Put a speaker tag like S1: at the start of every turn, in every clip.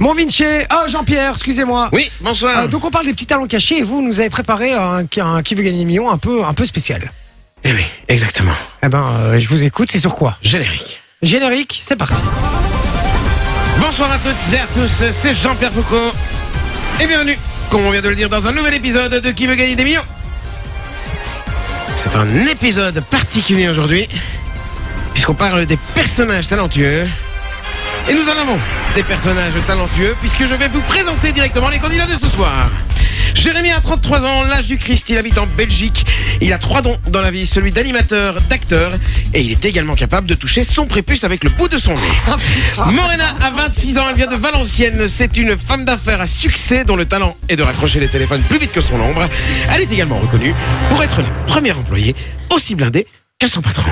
S1: Mon Vinci, ah Jean-Pierre, excusez-moi.
S2: Oui, bonsoir.
S1: Euh, donc on parle des petits talents cachés et vous nous avez préparé un, un qui veut gagner des millions un peu un peu spécial.
S2: Eh oui, exactement.
S1: Eh ben euh, je vous écoute, c'est sur quoi
S2: Générique.
S1: Générique, c'est parti.
S2: Bonsoir à toutes et à tous, c'est Jean-Pierre Foucault. Et bienvenue, comme on vient de le dire, dans un nouvel épisode de Qui veut gagner des millions. C'est un épisode particulier aujourd'hui, puisqu'on parle des personnages talentueux. Et nous en avons des personnages talentueux, puisque je vais vous présenter directement les candidats de ce soir. Jérémy a 33 ans, l'âge du Christ, il habite en Belgique. Il a trois dons dans la vie, celui d'animateur, d'acteur, et il est également capable de toucher son prépuce avec le bout de son nez. Morena a 26 ans, elle vient de Valenciennes. C'est une femme d'affaires à succès dont le talent est de raccrocher les téléphones plus vite que son ombre. Elle est également reconnue pour être la première employée aussi blindée que son patron.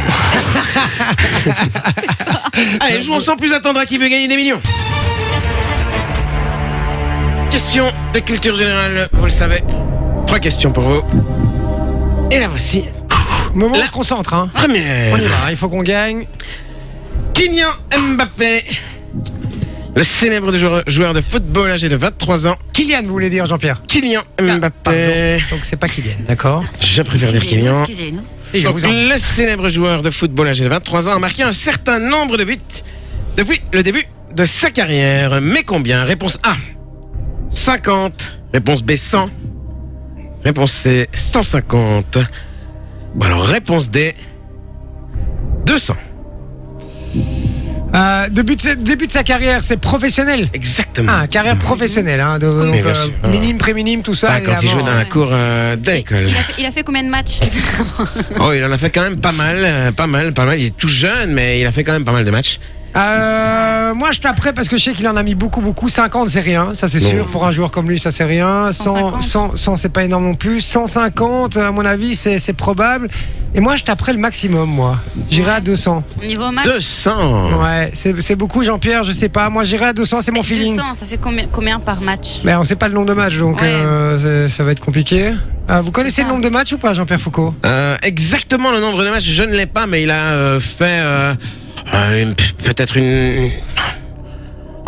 S2: Allez, jouons sans plus attendre à qui veut gagner des millions. Question de culture générale, vous le savez. Trois questions pour vous. Et là voici.
S1: Moment où
S2: La-
S1: on se concentre hein. On y
S2: Première.
S1: va, il faut qu'on gagne.
S2: Kylian Mbappé. Le célèbre joueur, joueur de football âgé de 23 ans.
S1: Kylian vous voulez dire Jean-Pierre.
S2: Kylian
S1: Ah, Pardon.
S2: Mbappé.
S1: Donc c'est pas Kylian, d'accord
S2: Je préfère dire Kylian.
S3: Excusez-nous.
S1: Et je
S2: Donc,
S1: vous en-
S2: le célèbre joueur de football âgé de 23 ans a marqué un certain nombre de buts depuis le début de sa carrière. Mais combien Réponse A 50. Réponse B 100. Réponse C 150. Ou alors réponse D 200.
S1: Euh, début, de, début de sa carrière, c'est professionnel.
S2: Exactement.
S1: Ah, carrière professionnelle, hein, de, donc,
S2: bien
S1: euh,
S2: sûr.
S1: minime, pré-minime, tout ça.
S2: Ah,
S1: et
S2: quand il
S1: avant,
S2: jouait dans la
S1: hein.
S2: cour euh, de l'école.
S3: Il a, fait, il a fait combien de matchs
S2: Oh, il en a fait quand même pas mal, euh, pas mal, pas mal. Il est tout jeune, mais il a fait quand même pas mal de matchs.
S1: Euh, moi, je taperais parce que je sais qu'il en a mis beaucoup, beaucoup. 50, c'est rien, ça c'est sûr. Pour un joueur comme lui, ça c'est rien. 100,
S3: 150.
S1: 100, 100 c'est pas énorme non plus. 150, à mon avis, c'est c'est probable. Et moi, je taperais le maximum, moi. J'irai à 200.
S3: Niveau
S1: Ah.
S3: match
S2: 200.
S1: Ouais, c'est c'est beaucoup, Jean-Pierre, je sais pas. Moi, j'irai à 200, c'est mon feeling.
S3: 200, ça fait combien, combien par match
S1: Mais on sait pas le nombre de matchs, donc
S3: Ouais.
S1: euh, c'est- ça va être compliqué. Euh, vous connaissez
S3: C'est
S1: le
S3: ça.
S1: nombre de matchs ou pas, Jean-Pierre Foucault
S2: Euh, exactement le nombre de matchs, je ne l'ai pas, mais il a euh, fait euh, euh, une- peut-être une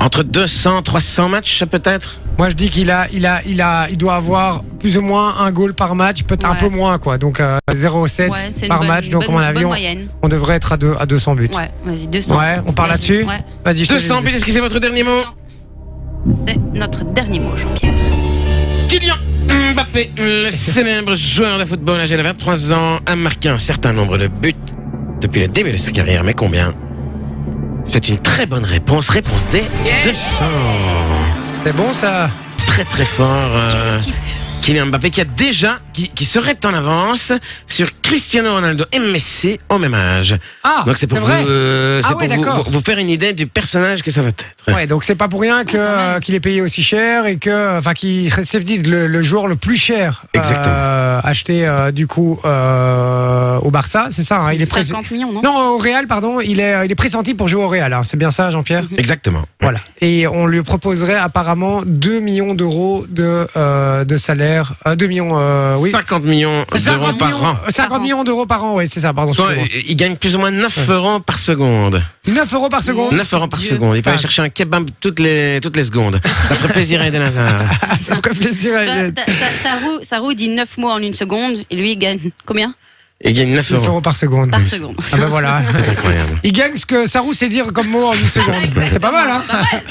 S2: entre 200, 300 matchs, peut-être.
S1: Moi, je dis qu'il a, il a, il a, il doit avoir plus ou moins un goal par match, peut-être un
S3: Ouais.
S1: peu moins, quoi. Donc euh, 0,7
S3: Ouais, c'est une
S1: par
S3: bonne-
S1: match.
S3: une
S1: Donc,
S3: bonne-
S1: à mon
S3: bonne
S1: avis, on-
S3: moyenne.
S1: on devrait être à, deux, à 200 buts. Ouais,
S3: Ouais, vas-y, 200.
S1: on parle
S3: Vas-y,
S1: là-dessus
S3: Ouais.
S1: Vas-y, je te
S2: 200,
S1: laisse.
S2: Bill, est-ce que c'est votre dernier mot
S3: C'est notre dernier mot, Jean-Pierre.
S2: Kylian Mbappé, le célèbre joueur de football âgé de 23 ans, a marqué un certain nombre de buts depuis le début de sa carrière. Mais combien C'est une très bonne réponse. Réponse D, 200.
S1: C'est bon, ça
S2: Très très fort. euh, Kylian Mbappé qui a déjà, qui, qui serait en avance sur Cristiano Ronaldo et Messi au même âge.
S1: Ah,
S2: Donc c'est pour,
S1: c'est
S2: vous,
S1: vrai
S2: euh,
S1: Ah
S2: c'est
S1: ouais,
S2: pour vous-
S1: d'accord.
S2: vous- vous faire une idée du personnage que ça va être.
S1: Ouais, donc c'est pas pour rien que euh, qu'il est payé aussi cher et que, enfin, qu'il c'est dit le, le joueur le plus cher euh,
S2: Exactement.
S1: acheté euh, du coup euh, au Barça, c'est ça. hein, il est pressé-
S3: 50 millions, non
S1: Non, au Real, pardon. Il est, il est pressenti pour jouer au Real. hein, c'est bien ça, Jean-Pierre
S2: Exactement.
S1: Voilà. Et on lui proposerait apparemment 2 millions d'euros de, euh, de salaire. Euh, 2 millions, euh, oui.
S2: 50 millions d'euros
S1: 50
S2: par
S1: millions-
S2: an.
S1: 50 millions d'euros par an, oui, c'est ça, pardon.
S2: Soit,
S1: excusez-moi.
S2: euh, il gagne plus ou moins 9 euros par seconde.
S1: 9 euros par seconde
S2: 9 euros par
S1: Oh Dieu.
S2: seconde. Il peut aller
S1: Ah.
S2: chercher un kebab toutes les, toutes les secondes. Ça ferait plaisir à Eden Hazard.
S1: Ça ferait plaisir à
S3: Tu vois, Bah, t'as- ça- ça roue- ça roue dit 9 mots en une seconde et lui il gagne combien
S2: Il gagne 9
S1: 9
S2: euros.
S1: euros par seconde.
S3: Par seconde.
S1: Ah ben voilà.
S2: C'est incroyable.
S1: Il gagne ce que Sarou sait dire comme mot en une seconde. C'est pas mal, hein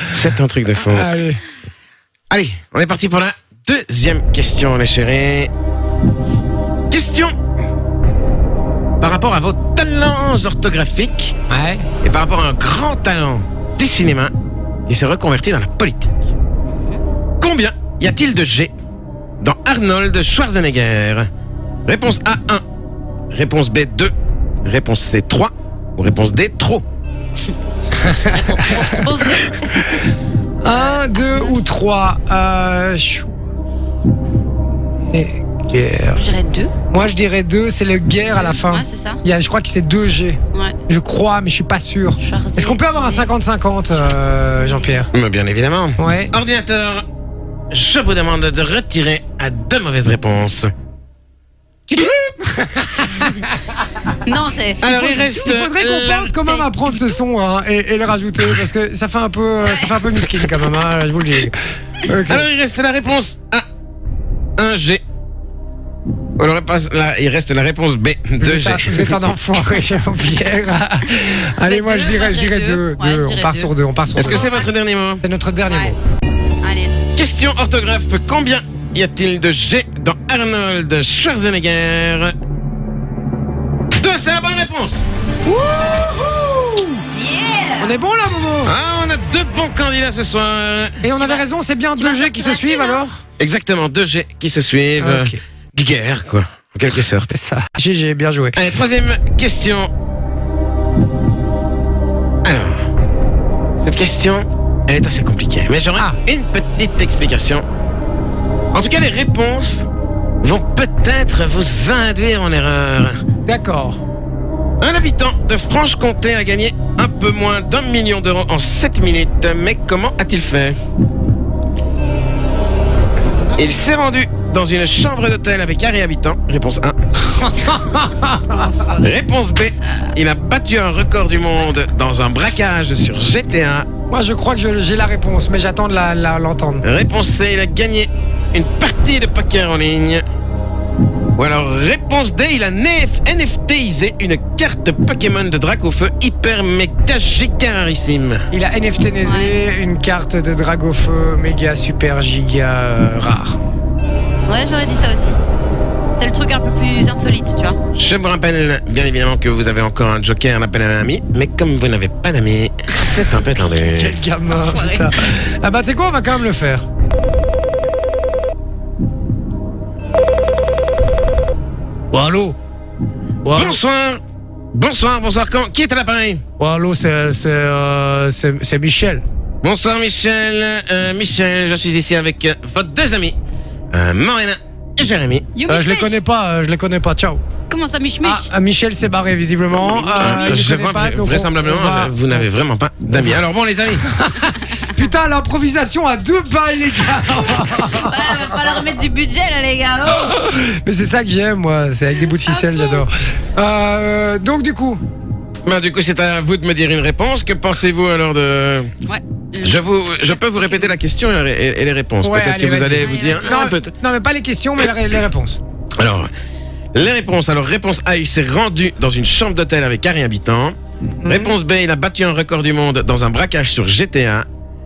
S2: C'est un truc de fond.
S1: Allez.
S2: Allez, on est parti pour la deuxième question, les chéris. Question par rapport à vos talents orthographiques
S1: Ouais.
S2: et par rapport à un grand talent du cinéma qui s'est reconverti dans la politique. Combien y a-t-il de G dans Arnold Schwarzenegger Réponse A 1, réponse B 2, réponse C 3 ou réponse D trop.
S3: Pose-
S1: 1, 2 ou 3. Euh. chou- Et guerre.
S3: Je dirais 2.
S1: Moi, je dirais 2, c'est le guerre à la fin.
S3: Ouais, c'est ça.
S1: Il y a, je crois que c'est 2G.
S3: Ouais.
S1: Je crois, mais je suis pas sûr.
S3: Schwarzenegger.
S1: Est-ce qu'on peut avoir un 50-50, euh, Jean-Pierre
S2: Mais bien évidemment.
S1: Ouais.
S2: Ordinateur, je vous demande de retirer à deux mauvaises réponses.
S3: Non, c'est.
S2: Alors il
S1: Il
S2: reste.
S1: faudrait qu'on
S2: la-
S1: pense comment
S3: euh, c'est-
S1: à prendre ce son hein, et, et le rajouter parce que ça fait un peu, euh, ça fait un peu miskin quand même. hein, je vous le dis. Ok.
S2: Alors il reste la réponse A. 1G. On aurait pas là, il reste la réponse B,
S1: Vous êtes un-
S2: 2G.
S1: Vous êtes un enfoiré, Jean-Pierre. Allez,
S3: Mais
S1: moi
S3: Bah, deux,
S1: je dirais,
S3: moi,
S1: je dirais deux.
S3: Ouais,
S1: deux.
S3: je
S1: On
S3: dirais
S1: part
S3: deux.
S1: sur deux. On part sur
S2: Est-ce que
S1: deux.
S2: c'est votre dernier mot
S1: C'est notre dernier
S3: Ouais.
S1: mot.
S3: Allez.
S2: Question orthographe, combien y a-t-il de G dans Arnold Schwarzenegger Deux, c'est la bonne réponse
S3: Yeah
S1: On est bon là, Momo
S2: Ah, on a deux bons candidats ce soir
S1: Et on avait raison, c'est bien deux
S3: Ah. vas
S1: jeux
S3: sortir
S1: qui se
S3: la
S1: suivent
S3: thune, hein
S1: alors
S2: Exactement, deux G qui se suivent.
S1: Ah, ok.
S2: Euh, Guiguerre, quoi, en quelque sorte.
S1: C'est ça. GG, bien joué.
S2: Allez, troisième question. Alors, cette question, elle est assez compliquée, mais j'aurai
S1: Ah.
S2: une petite explication. En tout cas, les réponses vont peut-être vous induire en erreur.
S1: D'accord.
S2: Un habitant de Franche-Comté a gagné un peu moins d'un million d'euros en 7 minutes, mais comment a-t-il fait Il s'est rendu dans une chambre d'hôtel avec un réhabitant, réponse 1. réponse B, il a battu un record du monde dans un braquage sur GTA.
S1: Moi je crois que je- j'ai la réponse, mais j'attends de la- la- l'entendre.
S2: Réponse C, il a gagné une partie de poker en ligne. Ou alors, réponse D, il a nef- NFTisé une carte Pokémon de drac au feu hyper méga giga rarissime.
S1: Il a NFT-nisé une carte de drague au feu méga super giga euh, rare.
S3: Ouais, j'aurais dit ça aussi. C'est le truc un peu plus insolite, tu vois.
S1: Euh,
S2: Je vous rappelle, bien évidemment, que vous avez encore un joker, un appel à un ami, mais comme vous n'avez pas d'amis, c'est un peu tendu.
S1: Quel gamin,
S3: Enfoiré.
S1: putain. Ah bah tu sais quoi, on va quand même le faire. Oh, allô Oh, allô
S2: Bonsoir Bonsoir, bonsoir, quand- qui est à l'appareil
S1: Oh, allô, c'est c'est, euh, c'est- c'est Michel.
S2: Bonsoir Michel, Euh, Michel, je suis ici avec euh, vos deux amis, euh, Morena et Jérémy.
S3: You
S1: Euh,
S3: mish
S1: je les
S3: mish.
S1: connais pas, euh, je les connais pas. Ciao.
S3: Comment ça, Mich
S1: Ah, euh, Michel s'est barré visiblement. Euh, il les
S2: je
S1: connaît
S2: vois
S1: pas,
S2: vra-
S1: donc on-
S2: vraisemblablement,
S1: on va-
S2: vous n'avez vraiment pas d'amis. Alors bon, les amis,
S1: Putain, l'improvisation à deux balles, les gars.
S3: Ouais, va falloir remettre du budget là, les gars. Oh.
S1: Mais c'est ça que j'aime, moi. C'est avec des bouts de ficelle,
S3: Ah bon
S1: j'adore. Euh, donc, du coup,
S2: bah, du coup, c'est à vous de me dire une réponse. Que pensez-vous alors de
S3: Ouais.
S2: Je vous, je peux vous répéter la question et, la ré- et les réponses.
S1: Ouais,
S2: Peut-être que
S1: allez,
S2: vous
S1: vas-y.
S2: allez vous
S3: Ouais,
S2: dire.
S3: ouais.
S2: Ah,
S1: non,
S2: peut-être.
S1: non, mais pas les questions, mais la ré- les réponses.
S2: Alors, les réponses. Alors, réponse A, il s'est rendu dans une chambre d'hôtel avec un habitant.
S1: Mhm.
S2: Réponse B, il a battu un record du monde dans un braquage sur GTA.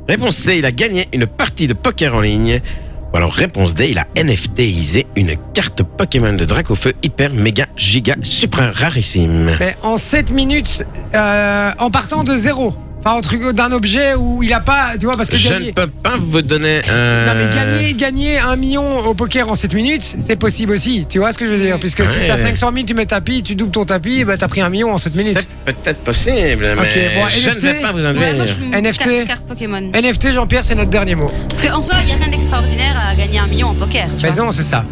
S2: Réponse C, il a gagné une partie de poker en ligne. Ou alors, réponse D, il a NFTisé une carte Pokémon de Drac au feu hyper méga giga super rarissime.
S1: Mais en 7 minutes, euh, en partant de zéro, enfin, un truc d'un objet où il a pas, tu vois, parce que
S2: Je ne
S1: gagner.
S2: peux pas vous donner. euh,
S1: Non mais gagner, gagner un million au poker en 7 minutes, c'est possible aussi. Tu vois ce que je veux dire Puisque si
S2: Ouais.
S1: t'as 500 000, tu mets tapis, tu doubles ton tapis, bah t'as pris un million en 7 minutes.
S2: C'est peut-être possible, mais
S1: bon,
S2: je ne
S1: NFT.
S2: vais pas vous induire.
S3: Ouais, moi, je me-
S1: NFT.
S3: Carte, carte Pokémon.
S1: NFT, Jean-Pierre, c'est notre dernier mot.
S3: Parce qu'en soi, il n'y a rien d'extraordinaire à gagner un million en poker. Tu
S1: Mais
S3: vois.
S1: non, c'est ça.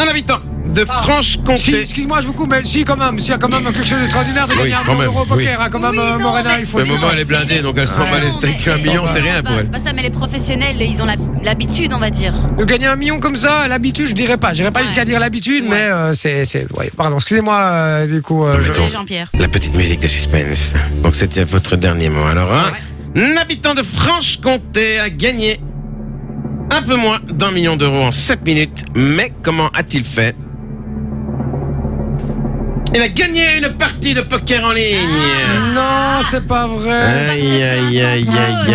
S2: Un habitant de
S1: Ah. Si,
S2: Franche-Comté.
S1: excuse-moi, je vous coupe, mais si, quand même, s'il y a quand même quelque chose d'extraordinaire de
S2: Oui,
S1: gagner un
S2: quand
S1: million
S2: même,
S1: d'euros au
S2: oui.
S1: poker, hein, quand même,
S3: Oui,
S1: euh,
S3: non,
S1: Morena,
S3: mais-
S1: il faut.
S2: Mais
S1: le dire.
S2: Momo, elle est blindée, donc elle se rend
S1: Ouais,
S2: pas les
S3: Non, mais-
S2: steaks. Un
S3: mais
S2: million,
S3: ça,
S2: c'est rien
S3: c'est
S2: pour
S3: pas-
S2: elle.
S3: C'est pas ça, mais les professionnels, ils ont la- l'habitude, on va dire.
S1: De gagner un million comme ça, l'habitude, je dirais pas. J'irais pas
S3: Ouais.
S1: jusqu'à dire l'habitude,
S3: Ouais.
S1: mais euh, c'est. c'est- ouais, Pardon, excusez-moi, euh, du coup. euh,
S2: Non, mais
S1: je-
S2: Attends.
S3: Désolé, Jean-Pierre.
S2: La petite musique de suspense. Donc c'était votre dernier mot. Alors, hein, un habitant de Franche-Comté a gagné un peu moins d'un million d'euros en 7 minutes. Mais comment a-t-il fait Il a gagné une partie de poker en ligne.
S1: Ah, Non, c'est pas vrai.
S2: Aïe, aïe, aïe, aïe, aïe, aïe, aïe,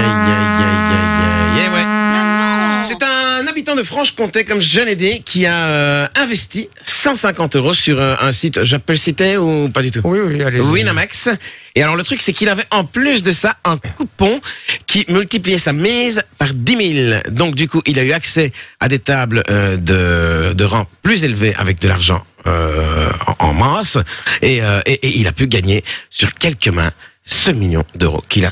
S2: aïe, aïe. Eh ouais.
S3: Ah, non.
S2: C'est un habitant de Franche-Comté, comme je l'ai dit, qui a euh, investi 150 euros sur euh, un site, je peux le citer ou pas du tout
S1: Oui, oui, allez.
S2: Winamax. Et alors le truc, c'est qu'il avait en plus de ça un coupon qui multipliait sa mise par 10 000. Donc du coup, il a eu accès à des tables euh, de, de rang plus élevé avec de l'argent euh, en, en masse. Et, euh, et, et il a pu gagner sur quelques mains ce million d'euros qu'il a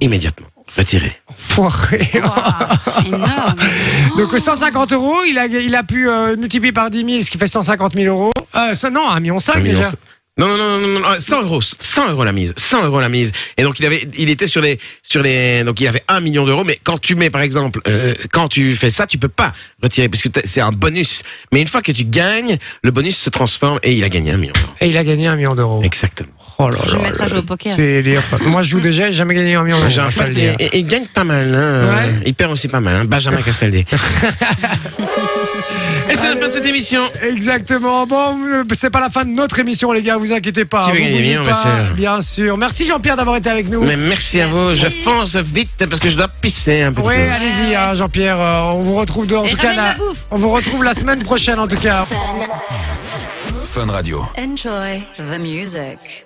S2: immédiatement retiré.
S1: Foiré.
S3: Waouh, énorme.
S1: Donc, euh, 150 euros, il a, il a pu euh, multiplier par 10 000, ce qui fait 150 000 euros. Euh, ça, non, 1 million 5
S2: Un million
S1: déjà.
S2: cin- Non, non, non, non, non, non, 100 euros, 100 euros la mise, 100 euros la mise. Et donc il avait, il était sur les, sur les, donc il avait un million d'euros. Mais quand tu mets, par exemple, euh, quand tu fais ça, tu peux pas retirer parce que t'as- c'est un bonus. Mais une fois que tu gagnes, le bonus se transforme et il a gagné un million d'euros.
S1: Et il a gagné un million d'euros.
S2: Exactement.
S1: Oh là
S3: Je vais me mettre à jouer au poker.
S1: C'est les- Moi, je joue déjà, j'ai jamais gagné un million d'euros.
S2: J'ai un
S1: je peux le
S2: pote,
S1: dire.
S2: il, il- il gagne pas mal. Hein.
S1: Ouais.
S2: Il perd aussi pas mal. Hein. Benjamin Castaldi. et c'est la fin de cette émission.
S1: Exactement. Bon, euh, c'est pas la fin de notre émission, les gars. Vous inquiétez pas.
S2: Qui veut
S1: Vous
S2: gagner
S1: bougez
S2: million,
S1: pas,
S2: monsieur
S1: Bien sûr. Merci Jean-Pierre d'avoir été avec nous.
S2: Mais merci à vous. Je
S3: Merci.
S2: fonce vite parce que je dois pisser un petit
S1: Oui,
S2: peu.
S1: allez-y,
S3: Ouais.
S1: hein, Jean-Pierre. Euh, on vous retrouve de- en
S3: Et
S1: tout cas
S3: ramène
S1: la-
S3: la bouffe.
S1: on vous retrouve la semaine prochaine en tout cas.
S4: Enjoy the music.